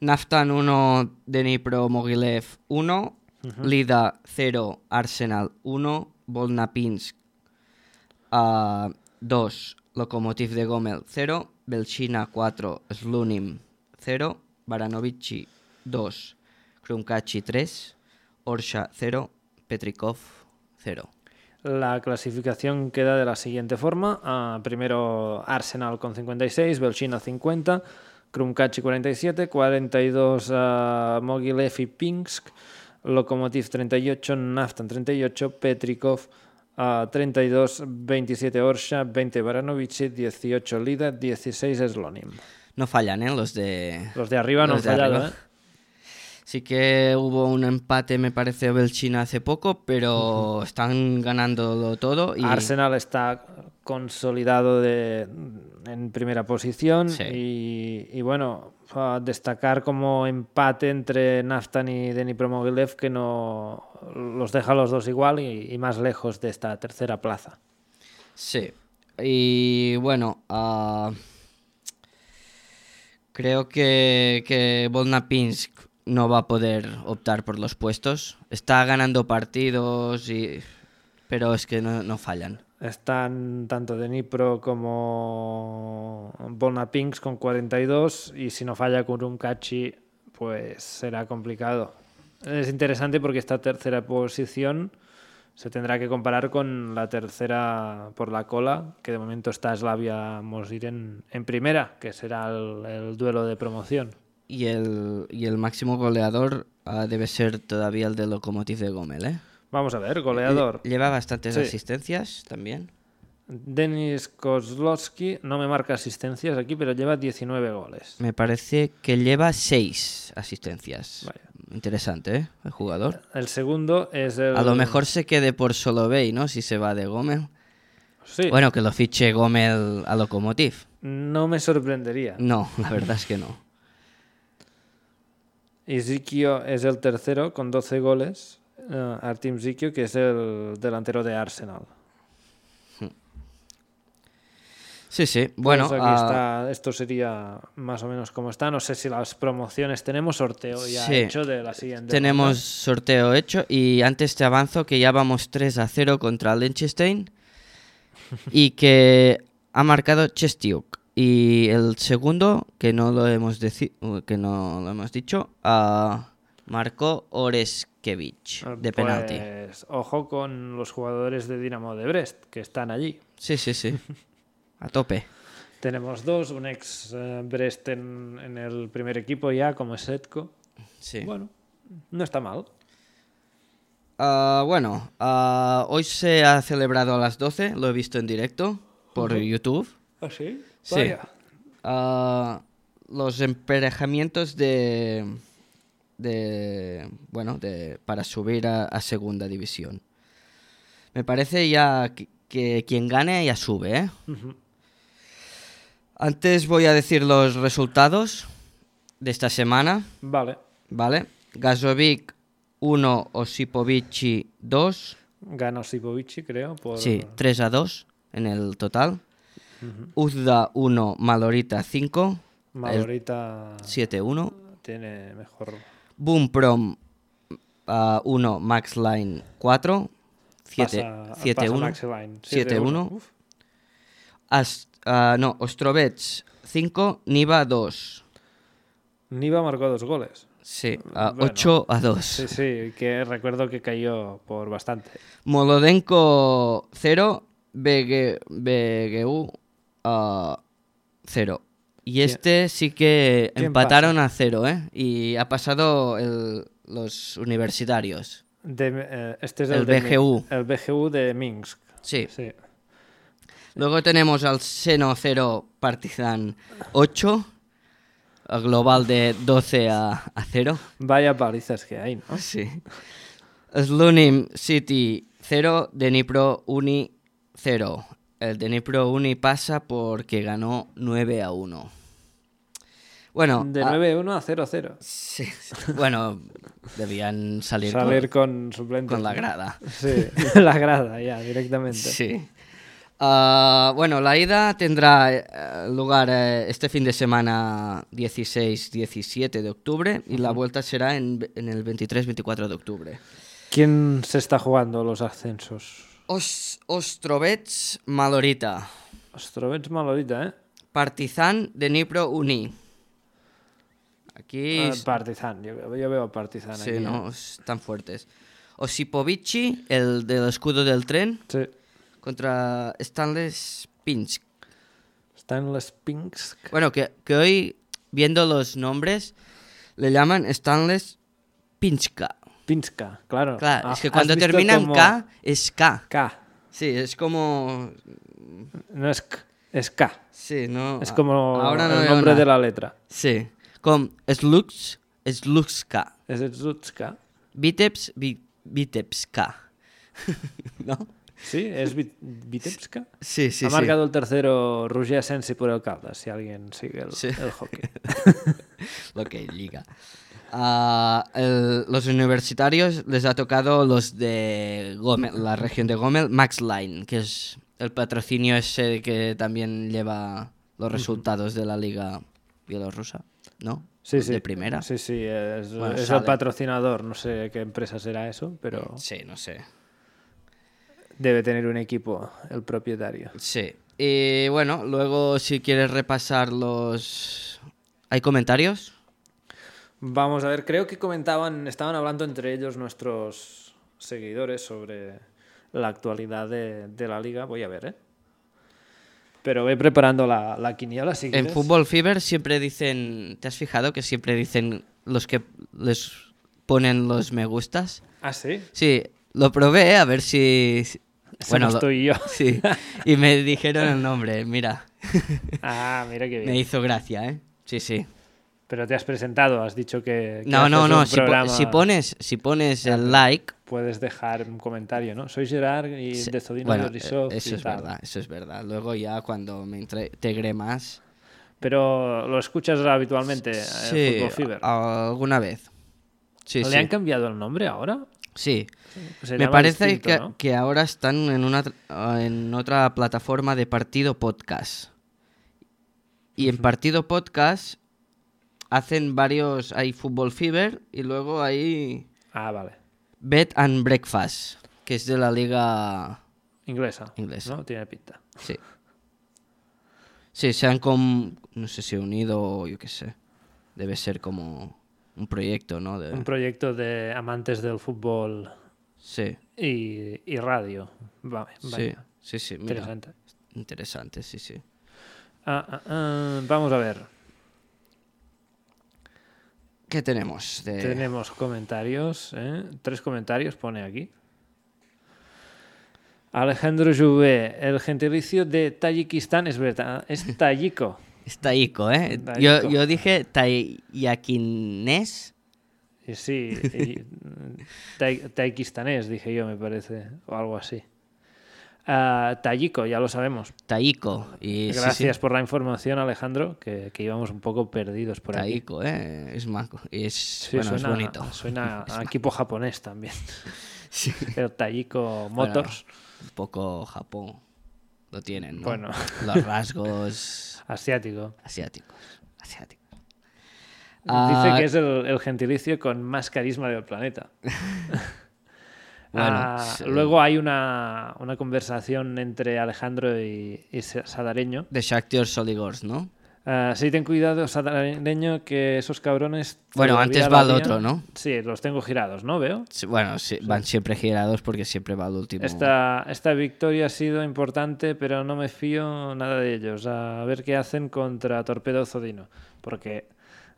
Speaker 2: Naftan 1, Dnipro Mogilev 1, Lida 0, Arsenal 1, Volnapinsk 2, ah, Lokomotiv de Gomel 0, Belchina 4, Slunim 0, Baranovici 2, Krumkachi 3, Orsha 0, Petrikov 0.
Speaker 1: La clasificación queda de la siguiente forma. Ah, primero Arsenal con 56, Belchina 50, Krumkachi 47, 42 ah, Mogilev y Pinsk, Lokomotiv 38, Naftan 38, Petrikov ah, 32, 27 Orsha, 20 Baranovici, 18 Lida, 16 Slonim.
Speaker 2: No fallan, ¿eh? Los de...
Speaker 1: Los de arriba no han
Speaker 2: Los de
Speaker 1: fallado,
Speaker 2: arriba.
Speaker 1: ¿eh?
Speaker 2: Sí que hubo un empate, me parece, Belchina hace poco, pero están ganándolo todo. Y...
Speaker 1: Arsenal está consolidado de- en primera posición
Speaker 2: Sí.
Speaker 1: y, y bueno, a destacar como empate entre Naftan y Deni Promogilev que no los deja a los dos igual y, y más lejos de esta tercera plaza.
Speaker 2: Sí. Y bueno, ah, creo que, que Volnapinsk no va a poder optar por los puestos. Está ganando partidos, y... pero es que no, no fallan.
Speaker 1: Están tanto Denipro como Bonapinks con 42 y si no falla Kurumkachi pues será complicado. Es interesante porque esta tercera posición se tendrá que comparar con la tercera por la cola, que de momento está Slavia Mosir en, en primera, que será el, el duelo de promoción.
Speaker 2: Y el, y el máximo goleador ah, debe ser todavía el de Lokomotiv de Gomel, ¿eh?
Speaker 1: Vamos a ver, goleador.
Speaker 2: Lle- Lleva bastantes
Speaker 1: Sí.
Speaker 2: asistencias también.
Speaker 1: Denis Kozlowski no me marca asistencias aquí, pero lleva 19 goles.
Speaker 2: Me parece que lleva seis asistencias.
Speaker 1: Vaya.
Speaker 2: Interesante, ¿eh? El jugador.
Speaker 1: El segundo es el...
Speaker 2: A lo mejor se quede por Solovey, ¿no? Si se va de Gómez.
Speaker 1: Sí,
Speaker 2: Bueno, que lo fiche Gómez a Lokomotiv.
Speaker 1: no me sorprendería.
Speaker 2: No, la verdad es que no.
Speaker 1: Y Zikio es el tercero con 12 goles. eh, Artem Zikio, que es el delantero de Arsenal.
Speaker 2: Sí, sí.
Speaker 1: Pues
Speaker 2: Bueno,
Speaker 1: aquí
Speaker 2: ah,
Speaker 1: está, esto sería más o menos como está. No sé si las promociones tenemos sorteo ya
Speaker 2: Sí.
Speaker 1: hecho de la siguiente.
Speaker 2: tenemos
Speaker 1: ronda.
Speaker 2: sorteo hecho y antes te avanzo que ya vamos 3 a 0 contra el Liechtenstein y que ha marcado Chestiuk. Y el segundo, que no lo hemos, deci- uh, que no lo hemos dicho, ah, marcó Oreskevich
Speaker 1: Eh,
Speaker 2: de penalti.
Speaker 1: pues, Ojo con los jugadores de Dinamo de Brest que están allí.
Speaker 2: Sí, sí, sí. A tope.
Speaker 1: Tenemos dos, un ex eh, Brest en, en el primer equipo ya, como Setko.
Speaker 2: Sí.
Speaker 1: Bueno, no está mal.
Speaker 2: Ah, bueno, ah, hoy se ha celebrado a las 12, lo he visto en directo por YouTube.
Speaker 1: ¿Ah, sí?
Speaker 2: Sí. Ah, los emparejamientos de, de bueno, de para subir a, a segunda división. Me parece ya que, que quien gane ya sube, ¿eh? Antes voy a decir los resultados de esta semana.
Speaker 1: Vale.
Speaker 2: Vale. Gasovic 1, Osipovici 2.
Speaker 1: Ganó Sipovici, creo. Por...
Speaker 2: Sí, 3 a 2 en el total. Uzda 1, Malorita 5.
Speaker 1: Malorita
Speaker 2: 7 1.
Speaker 1: tiene mejor.
Speaker 2: Boomprom 1, ah, Max Line 4. 7
Speaker 1: pasa-
Speaker 2: 7
Speaker 1: pasa
Speaker 2: 1.
Speaker 1: Max Line.
Speaker 2: 7-1.
Speaker 1: Uf,
Speaker 2: Ast- ah, no, Ostrovets 5, Niva 2.
Speaker 1: Niva marcó dos goles.
Speaker 2: Sí, ah,
Speaker 1: Bueno.
Speaker 2: 8 a 2.
Speaker 1: Sí, sí, que recuerdo que cayó por bastante.
Speaker 2: Molodenko 0, BG, BGU 0. ah, Y este sí que
Speaker 1: quién
Speaker 2: empataron a 0, ¿eh? Y ha pasado el- los universitarios.
Speaker 1: De- eh, este es
Speaker 2: El
Speaker 1: el, de
Speaker 2: BGU.
Speaker 1: Min- el BGU de Minsk.
Speaker 2: Sí.
Speaker 1: Sí.
Speaker 2: Luego tenemos al Seno 0, Partizan 8. a Global de 12 a, a 0.
Speaker 1: Vaya palizas que hay, ¿no?
Speaker 2: Sí. Slunim City 0, Denipro Uni 0. El Denipro Uni pasa porque ganó 9 a 1. Bueno,
Speaker 1: De
Speaker 2: ah,
Speaker 1: 9-1 a 0-0.
Speaker 2: sí, sí. bueno, debían salir, con-
Speaker 1: Salir con
Speaker 2: con,
Speaker 1: suplentes.
Speaker 2: la
Speaker 1: ¿no?
Speaker 2: grada.
Speaker 1: Sí, la grada, ya, directamente.
Speaker 2: Sí. Ah, bueno, la ida tendrá eh, lugar eh, este fin de semana 16-17 de octubre y la vuelta será en, en el 23-24 de octubre.
Speaker 1: ¿Quién se está jugando los ascensos?
Speaker 2: Os, Ostrovets Malorita.
Speaker 1: Ostrovets malorita, ¿eh?
Speaker 2: Partizan de Nipro Uni. Aquí
Speaker 1: Ah,
Speaker 2: es-
Speaker 1: Partizan, yo, yo veo Partizan
Speaker 2: sí,
Speaker 1: aquí. eh?
Speaker 2: no, están fuertes. Osipovici, el del escudo del tren,
Speaker 1: Sí.
Speaker 2: contra Stanley Pinsk.
Speaker 1: Stainless Pinks.
Speaker 2: Bueno, que, que hoy, viendo los nombres, le llaman Stanley Pinska.
Speaker 1: Pinska, claro.
Speaker 2: Claro,
Speaker 1: Ah,
Speaker 2: es que
Speaker 1: ¿has
Speaker 2: cuando
Speaker 1: visto
Speaker 2: termina en
Speaker 1: como-
Speaker 2: K, es K.
Speaker 1: K.
Speaker 2: Sí, es como...
Speaker 1: No es K, es K.
Speaker 2: Sí, no...
Speaker 1: Es como
Speaker 2: ahora no
Speaker 1: el
Speaker 2: veo
Speaker 1: nombre
Speaker 2: nada.
Speaker 1: de la letra.
Speaker 2: Sí, con Slux, Sluxka,
Speaker 1: Es Zutska.
Speaker 2: Viteps, Vi- Vitebska. ¿No?
Speaker 1: Sí, es Vit- Vitebska.
Speaker 2: Sí, sí,
Speaker 1: ha
Speaker 2: sí.
Speaker 1: marcado el tercero Roger Sensi por el Caldas, si alguien sigue el,
Speaker 2: Sí.
Speaker 1: el hockey.
Speaker 2: Lo que liga. Ah, el- los universitarios les ha tocado los de Gómez, la región de Gómez, Max Line, que es el patrocinio ese que también lleva los resultados de la liga bielorrusa, ¿no?
Speaker 1: Sí,
Speaker 2: Los
Speaker 1: sí.
Speaker 2: De primera.
Speaker 1: Sí, sí, es,
Speaker 2: Bueno,
Speaker 1: es
Speaker 2: sale.
Speaker 1: el patrocinador. No sé qué empresa será eso, pero
Speaker 2: Sí, no sé.
Speaker 1: debe tener un equipo el propietario.
Speaker 2: Sí. Y bueno, luego si quieres repasar los... ¿Hay comentarios?
Speaker 1: Vamos a ver, creo que comentaban, estaban hablando entre ellos nuestros seguidores sobre la actualidad de, de la liga. Voy a ver, ¿eh? Pero voy preparando la, la quiniela. Si
Speaker 2: En
Speaker 1: quieres.
Speaker 2: Fútbol Fever siempre dicen... ¿Te has fijado que siempre dicen los que les ponen los me gustas?
Speaker 1: Ah, sí.
Speaker 2: Sí, lo probé a ver si...
Speaker 1: Eso
Speaker 2: Bueno,
Speaker 1: no
Speaker 2: lo-
Speaker 1: estoy yo.
Speaker 2: Sí, y me dijeron el nombre, mira.
Speaker 1: Ah, mira qué
Speaker 2: Me
Speaker 1: bien.
Speaker 2: hizo gracia, ¿eh? Sí, sí.
Speaker 1: Pero te has presentado, has dicho que. que
Speaker 2: No, no,
Speaker 1: haces
Speaker 2: no,
Speaker 1: un
Speaker 2: si, po-
Speaker 1: programa-
Speaker 2: si pones, si pones el like,
Speaker 1: puedes dejar un comentario, ¿no? Soy Gerard y
Speaker 2: Sí,
Speaker 1: de Zodino
Speaker 2: bueno,
Speaker 1: Yorisov
Speaker 2: eh, eso
Speaker 1: y
Speaker 2: es
Speaker 1: tal.
Speaker 2: verdad, eso es verdad. Luego ya cuando me entre- integre más...
Speaker 1: Pero lo escuchas habitualmente, eh,
Speaker 2: Sí,
Speaker 1: Fútbol Fever.
Speaker 2: a- alguna vez. Sí,
Speaker 1: ¿Le
Speaker 2: sí.
Speaker 1: han cambiado el nombre ahora?
Speaker 2: Sí.
Speaker 1: Se
Speaker 2: Me
Speaker 1: llama
Speaker 2: parece
Speaker 1: distinto,
Speaker 2: que,
Speaker 1: ¿no?
Speaker 2: que ahora están en, una, tr- en otra plataforma de partido podcast. Y en partido podcast hacen varios... Hay Fútbol Fever y luego hay
Speaker 1: Ah, vale.
Speaker 2: Bed and Breakfast, que es de la liga...
Speaker 1: Inglesa.
Speaker 2: Inglesa.
Speaker 1: ¿No? Tiene pinta.
Speaker 2: Sí. Sí, se han com... no sé si unido o yo qué sé. Debe ser como un proyecto, ¿no? De-
Speaker 1: Un proyecto de amantes del fútbol
Speaker 2: Sí,
Speaker 1: y, y radio. Va-
Speaker 2: sí,
Speaker 1: vaya,
Speaker 2: sí, sí. mira,
Speaker 1: interesante.
Speaker 2: interesante, sí, sí.
Speaker 1: Ah, ah, ah, vamos a ver.
Speaker 2: ¿Qué tenemos? de-
Speaker 1: Tenemos comentarios. ¿eh? Tres comentarios pone aquí. Alejandro Jouvet, el gentilicio de Tayikistán es verdad, es tayiko.
Speaker 2: Es Taiko, ¿eh?
Speaker 1: Taiko.
Speaker 2: Yo, yo dije Taiyakinés.
Speaker 1: Y sí, y- tay- taykistanés, dije yo, me parece, o algo así. Ah, tayiko, ya lo sabemos.
Speaker 2: Taiko. Y, sí, sí,
Speaker 1: Gracias por la información, Alejandro, que, que íbamos un poco perdidos por ahí.
Speaker 2: Taiko, ¿eh? Es, maco- y es,
Speaker 1: Sí,
Speaker 2: bueno,
Speaker 1: suena,
Speaker 2: es bonito.
Speaker 1: suena a equipo japonés también.
Speaker 2: Sí.
Speaker 1: El Tayiko Motors.
Speaker 2: Un poco Japón. Lo tienen, ¿no?
Speaker 1: Bueno.
Speaker 2: Los rasgos
Speaker 1: Asiático.
Speaker 2: Asiáticos. Asiáticos.
Speaker 1: Dice
Speaker 2: Ah,
Speaker 1: que es el, el gentilicio con más carisma del planeta.
Speaker 2: Bueno,
Speaker 1: Ah,
Speaker 2: sí.
Speaker 1: Luego hay una, una conversación entre Alejandro y, y Sa- Sadareño.
Speaker 2: De Shakhtar Soligors, ¿no?
Speaker 1: Ah, sí, ten cuidado, Sadareño, que esos cabrones.
Speaker 2: Bueno,
Speaker 1: todavía
Speaker 2: antes va el
Speaker 1: la
Speaker 2: otro,
Speaker 1: lían.
Speaker 2: ¿no?
Speaker 1: Sí, los tengo girados, ¿no? Veo.
Speaker 2: Sí, Bueno, sí, van siempre girados porque siempre va el último.
Speaker 1: Esta, esta victoria ha sido importante, pero no me fío nada de ellos. A ver qué hacen contra Torpedo Zodino. Porque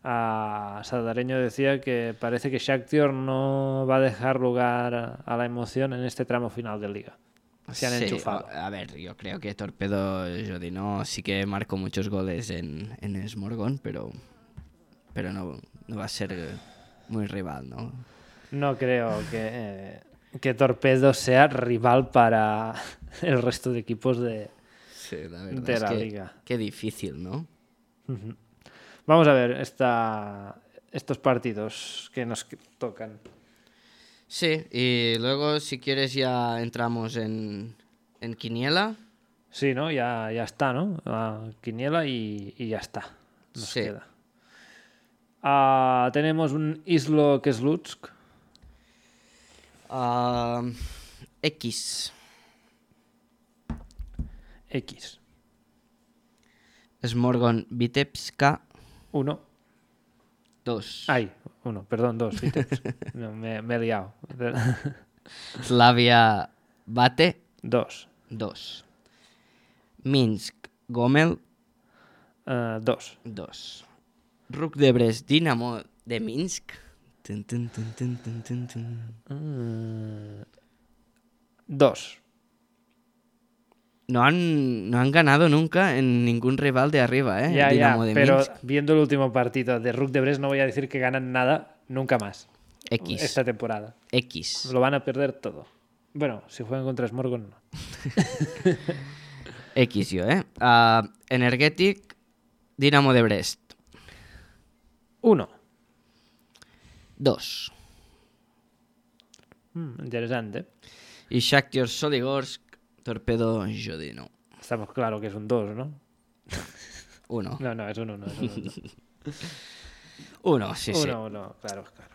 Speaker 1: a Sadareño decía que parece que Shakhtar no va a dejar lugar a la emoción en este tramo final de liga. Se han
Speaker 2: Sí, ah,
Speaker 1: enchufado.
Speaker 2: A ver, yo creo que Torpedo Jodino sí que marcó muchos goles en, en Smorgon, pero, pero no, no va a ser eh, muy rival, ¿no?
Speaker 1: No creo que, eh, que Torpedo sea rival para el resto de equipos de,
Speaker 2: Sí, la verdad.
Speaker 1: De
Speaker 2: es
Speaker 1: la
Speaker 2: que,
Speaker 1: liga.
Speaker 2: Qué difícil, ¿no?
Speaker 1: Vamos a ver esta, estos partidos que nos tocan.
Speaker 2: Sí, y luego si quieres ya entramos en, en Quiniela.
Speaker 1: Sí, ¿no? Ya, ya está, ¿no? Ah, Quiniela y, y ya está. Nos
Speaker 2: Sí.
Speaker 1: queda. Ah, tenemos un Islo que es Lutsk.
Speaker 2: Ah, X.
Speaker 1: X.
Speaker 2: Smorgon Vitebska
Speaker 1: 1.
Speaker 2: 2.
Speaker 1: Ay, 1, perdón, 2. me, me he liado.
Speaker 2: Slavia Bate
Speaker 1: 2.
Speaker 2: 2. Minsk Gomel
Speaker 1: 2.
Speaker 2: 2. Ruk de Brest Dinamo de Minsk. Tun, tun, tun, tun, tun, tun, tun.
Speaker 1: 2.
Speaker 2: No han, no han ganado nunca en ningún rival de arriba, ¿eh?
Speaker 1: Ya,
Speaker 2: El
Speaker 1: ya,
Speaker 2: Dinamo de
Speaker 1: pero
Speaker 2: Minsk.
Speaker 1: viendo el último partido de Rook de Brest no voy a decir que ganan nada nunca más
Speaker 2: X.
Speaker 1: esta temporada.
Speaker 2: X.
Speaker 1: Lo van a perder todo. Bueno, si juegan contra Smorgon, no.
Speaker 2: X yo, ¿eh? Ah, Energetic Dinamo de Brest
Speaker 1: 1.
Speaker 2: 2.
Speaker 1: Hmm, interesante.
Speaker 2: Y Shakhtar Soligorsk Torpedo Jodino
Speaker 1: Estamos claro que es un 2, ¿no?
Speaker 2: 1.
Speaker 1: No, no, es un 1.
Speaker 2: 1, sí, sí.
Speaker 1: 1, 1, claro, claro.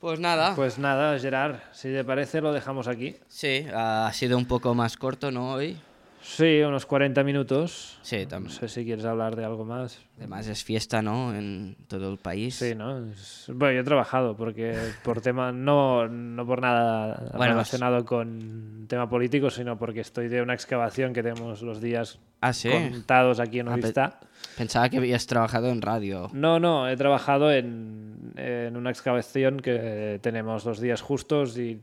Speaker 2: Pues nada.
Speaker 1: Pues nada, Gerard, si te parece lo dejamos aquí.
Speaker 2: Sí, ha sido un poco más corto, ¿no? Hoy.
Speaker 1: Sí, unos 40 minutos.
Speaker 2: Sí,
Speaker 1: No
Speaker 2: también.
Speaker 1: sé si quieres hablar de algo más.
Speaker 2: Además es fiesta, ¿no? En todo el país.
Speaker 1: Sí, ¿no? Es- Bueno, yo he trabajado porque por tema, no, no por nada
Speaker 2: Bueno,
Speaker 1: relacionado con tema político, sino porque estoy de una excavación que tenemos los días
Speaker 2: Ah, sí.
Speaker 1: contados aquí en
Speaker 2: Ah, pe-
Speaker 1: Oristá.
Speaker 2: Pensaba que habías trabajado en radio.
Speaker 1: No, no, he trabajado en, en una excavación que tenemos dos días justos y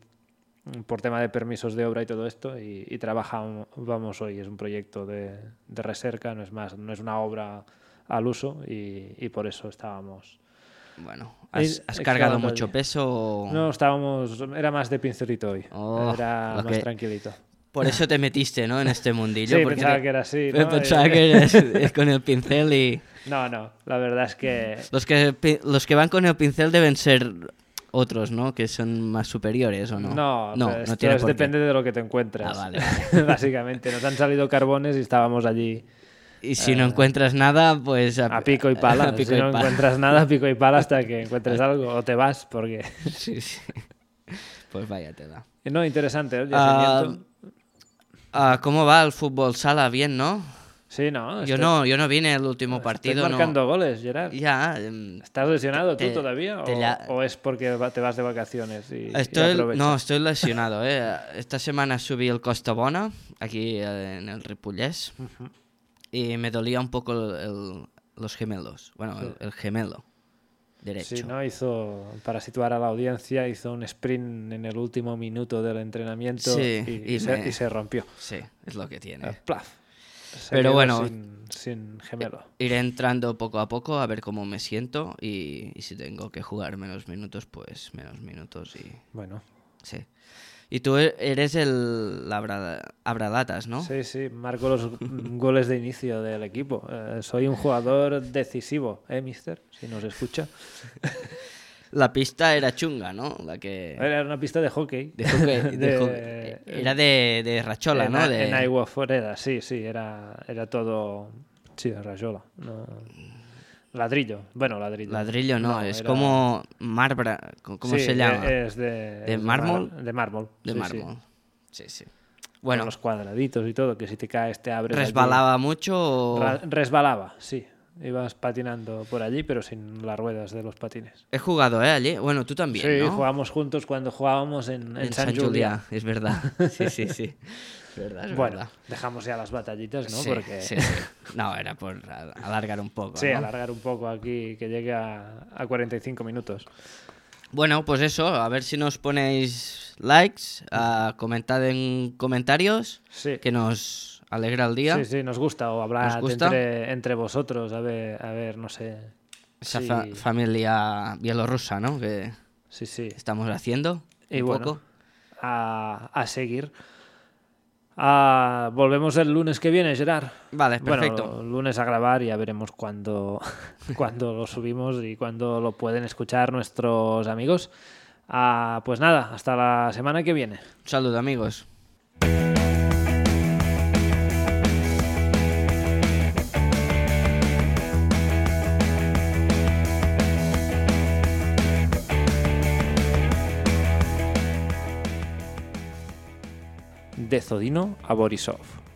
Speaker 1: por tema de permisos de obra y todo esto y, y trabajamos vamos hoy, es un proyecto de, de recerca, no es más, no es una obra al uso y, y por eso estábamos
Speaker 2: Bueno, ¿has,
Speaker 1: Es-
Speaker 2: has
Speaker 1: es
Speaker 2: cargado
Speaker 1: cada otro
Speaker 2: mucho
Speaker 1: día.
Speaker 2: peso? o-
Speaker 1: No, estábamos. Era más de pincelito hoy.
Speaker 2: Oh,
Speaker 1: era
Speaker 2: lo
Speaker 1: más
Speaker 2: que-
Speaker 1: tranquilito.
Speaker 2: Por eso te metiste, ¿no? En este mundillo.
Speaker 1: Sí,
Speaker 2: porque
Speaker 1: pensaba
Speaker 2: te-
Speaker 1: que era así.
Speaker 2: pe-
Speaker 1: ¿no?
Speaker 2: pensaba
Speaker 1: Eh,
Speaker 2: que eres- es con el pincel y...
Speaker 1: No, no, la verdad es que.
Speaker 2: Los que, pi- los que van con el pincel deben ser otros, ¿no? Que son más superiores, ¿o no?
Speaker 1: No,
Speaker 2: no,
Speaker 1: pero esto
Speaker 2: tiene
Speaker 1: es-
Speaker 2: por qué.
Speaker 1: depende de lo que te encuentres.
Speaker 2: Ah, vale,
Speaker 1: Básicamente, nos han salido carbones y estábamos allí
Speaker 2: Y si no encuentras nada, pues...
Speaker 1: Eh, a pico y pala.
Speaker 2: a pico
Speaker 1: si
Speaker 2: y
Speaker 1: no
Speaker 2: pala.
Speaker 1: encuentras nada, a pico y pala hasta que encuentres algo o te vas, porque.
Speaker 2: Sí, sí. Pues vaya tela.
Speaker 1: No, interesante. oye,
Speaker 2: Ah,
Speaker 1: Sarmiento.
Speaker 2: ah, ¿Cómo va el fútbol sala? Bien, ¿no?
Speaker 1: sí, no.
Speaker 2: Yo
Speaker 1: estoy-
Speaker 2: no, yo no vine el último
Speaker 1: estoy
Speaker 2: partido, ¿no?
Speaker 1: marcando goles, Gerard.
Speaker 2: Ya, em,
Speaker 1: ¿Estás lesionado
Speaker 2: Te-
Speaker 1: tú todavía?
Speaker 2: te
Speaker 1: o,
Speaker 2: la-
Speaker 1: o es porque va- te vas de vacaciones? Y, y
Speaker 2: Estoy,
Speaker 1: aprovechas?
Speaker 2: no, estoy lesionado, eh. Esta semana subí el Costa Bona, aquí eh, en el Ripollès, y me dolía un poco el- el- los gemelos, bueno, el, el gemelo derecho.
Speaker 1: Sí, ¿no? Hizo, para situar a la audiencia, hizo un sprint en el último minuto del entrenamiento
Speaker 2: Sí,
Speaker 1: y, y
Speaker 2: y
Speaker 1: se,
Speaker 2: me-
Speaker 1: y se rompió.
Speaker 2: Sí, es lo que tiene.
Speaker 1: Ah, Plaf. Se
Speaker 2: Eh. Pero
Speaker 1: quedó
Speaker 2: bueno. eh,
Speaker 1: Sin, sin gemelo.
Speaker 2: Iré entrando poco a poco a ver cómo me siento y, y si tengo que jugar menos minutos, pues menos minutos y
Speaker 1: Bueno.
Speaker 2: sí. Y tú e- eres el abra- abralatas, ¿no?
Speaker 1: Sí, sí, marco los goles de inicio del equipo. Eh, soy un jugador decisivo, ¿eh, mister? Si nos escucha.
Speaker 2: La pista era chunga, ¿no? La que...
Speaker 1: Era una pista de hockey.
Speaker 2: De hockey, de
Speaker 1: De-
Speaker 2: hockey. Era de, de Rachola,
Speaker 1: en,
Speaker 2: ¿no?
Speaker 1: A-
Speaker 2: De-
Speaker 1: en Aigua Forera, sí, sí, era, era todo. Sí, rayola. no- Ladrillo, bueno, ladrillo.
Speaker 2: Ladrillo, no, es
Speaker 1: era-
Speaker 2: como marbra, co- ¿cómo
Speaker 1: Sí,
Speaker 2: se
Speaker 1: e-
Speaker 2: llama?
Speaker 1: Es de, es mar-
Speaker 2: mármol?
Speaker 1: de mármol. sí,
Speaker 2: de
Speaker 1: sí.
Speaker 2: mármol. Sí, sí.
Speaker 1: Con
Speaker 2: Bueno,
Speaker 1: los cuadraditos y todo, que si te este caes te abres. allí.
Speaker 2: ¿resbalaba mucho o-
Speaker 1: Ra- resbalaba, sí. Ibas patinando por allí, pero sin las ruedas de los patines.
Speaker 2: He jugado, ¿eh? Allí. Bueno, tú también,
Speaker 1: sí,
Speaker 2: ¿no?
Speaker 1: jugábamos juntos cuando jugábamos en, en San, Julián.
Speaker 2: es verdad. Sí, sí, sí. Es verdad, es
Speaker 1: Bueno,
Speaker 2: verdad.
Speaker 1: dejamos ya las batallitas, ¿no?
Speaker 2: Sí,
Speaker 1: Porque
Speaker 2: sí, sí. No, era por al- alargar un poco.
Speaker 1: Sí,
Speaker 2: ¿no?
Speaker 1: alargar un poco aquí, que llegue a, a 45 minutos.
Speaker 2: Bueno, pues eso, a ver si nos ponéis likes, ah, comentad en comentarios,
Speaker 1: Sí.
Speaker 2: que nos alegra el día.
Speaker 1: Sí, sí, nos gusta. O habrá
Speaker 2: ¿Nos gusta?
Speaker 1: Entre, entre vosotros, a ver, a ver, no sé.
Speaker 2: Esa
Speaker 1: Sí.
Speaker 2: fa- familia bielorrusa, ¿no? Que
Speaker 1: Sí, sí.
Speaker 2: estamos haciendo
Speaker 1: Y
Speaker 2: un
Speaker 1: bueno,
Speaker 2: poco.
Speaker 1: a, a seguir. Ah, volvemos el lunes que viene, Gerard.
Speaker 2: Vale, perfecto.
Speaker 1: Bueno, lunes a grabar y ya veremos cuándo, cuándo lo subimos y cuándo lo pueden escuchar nuestros amigos. Ah, pues nada, hasta la semana que viene.
Speaker 2: Un saludo, amigos.
Speaker 1: De Zodino a Borisov.